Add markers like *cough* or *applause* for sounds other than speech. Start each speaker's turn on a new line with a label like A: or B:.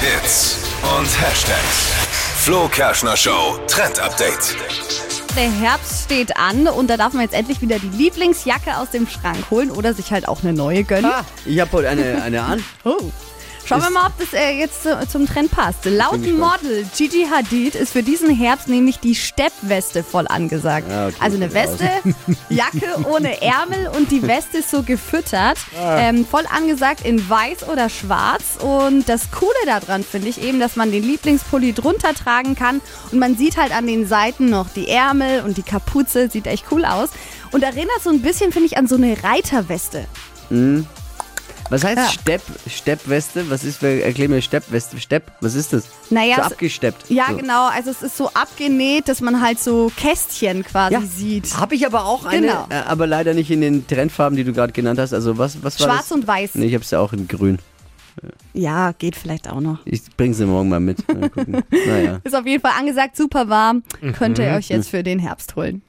A: Hits und Hashtags. Flo Kerschner Show Trend Update.
B: Der Herbst steht an und da darf man jetzt endlich wieder die Lieblingsjacke aus dem Schrank holen oder sich halt auch eine neue gönnen.
C: Ah, ich habe heute eine, eine an.
B: Oh. Schauen wir mal, ob das äh, jetzt zu, zum Trend passt. Laut
C: gespannt.
B: Model Gigi Hadid ist für diesen Herbst nämlich die Steppweste voll angesagt.
C: Ja, Ah, okay,
B: also eine
C: ich bin
B: Weste, Jacke ohne Ärmel und die Weste ist so gefüttert.
C: Ah.
B: Ähm, voll angesagt in weiß oder schwarz. Und das Coole daran finde ich eben, dass man den Lieblingspulli drunter tragen kann. Und man sieht halt an den Seiten noch die Ärmel und die Kapuze. Sieht echt cool aus. Und erinnert so ein bisschen, finde ich, an so eine Reiterweste.
C: Was heißt
B: Ja.
C: Stepp, Steppweste? Was ist, wer- erklär mir Steppweste, Stepp, was ist das?
B: Naja,
C: so
B: es-
C: abgesteppt.
B: Ja,
C: so.
B: genau. Also es ist so abgenäht, dass man halt so Kästchen quasi
C: Ja.
B: sieht.
C: Habe ich aber auch eine,
B: Genau.
C: äh, aber leider nicht in den Trendfarben, die du gerade genannt hast. Also was, was war
B: Schwarz
C: das?
B: und weiß.
C: Nee, ich habe es ja auch in grün.
B: Ja, geht vielleicht auch noch.
C: Ich bringe sie morgen mal mit. Mal gucken. *laughs* naja. Mhm.
B: Ist auf jeden Fall angesagt, super warm. Könnt ihr euch jetzt für den Herbst holen.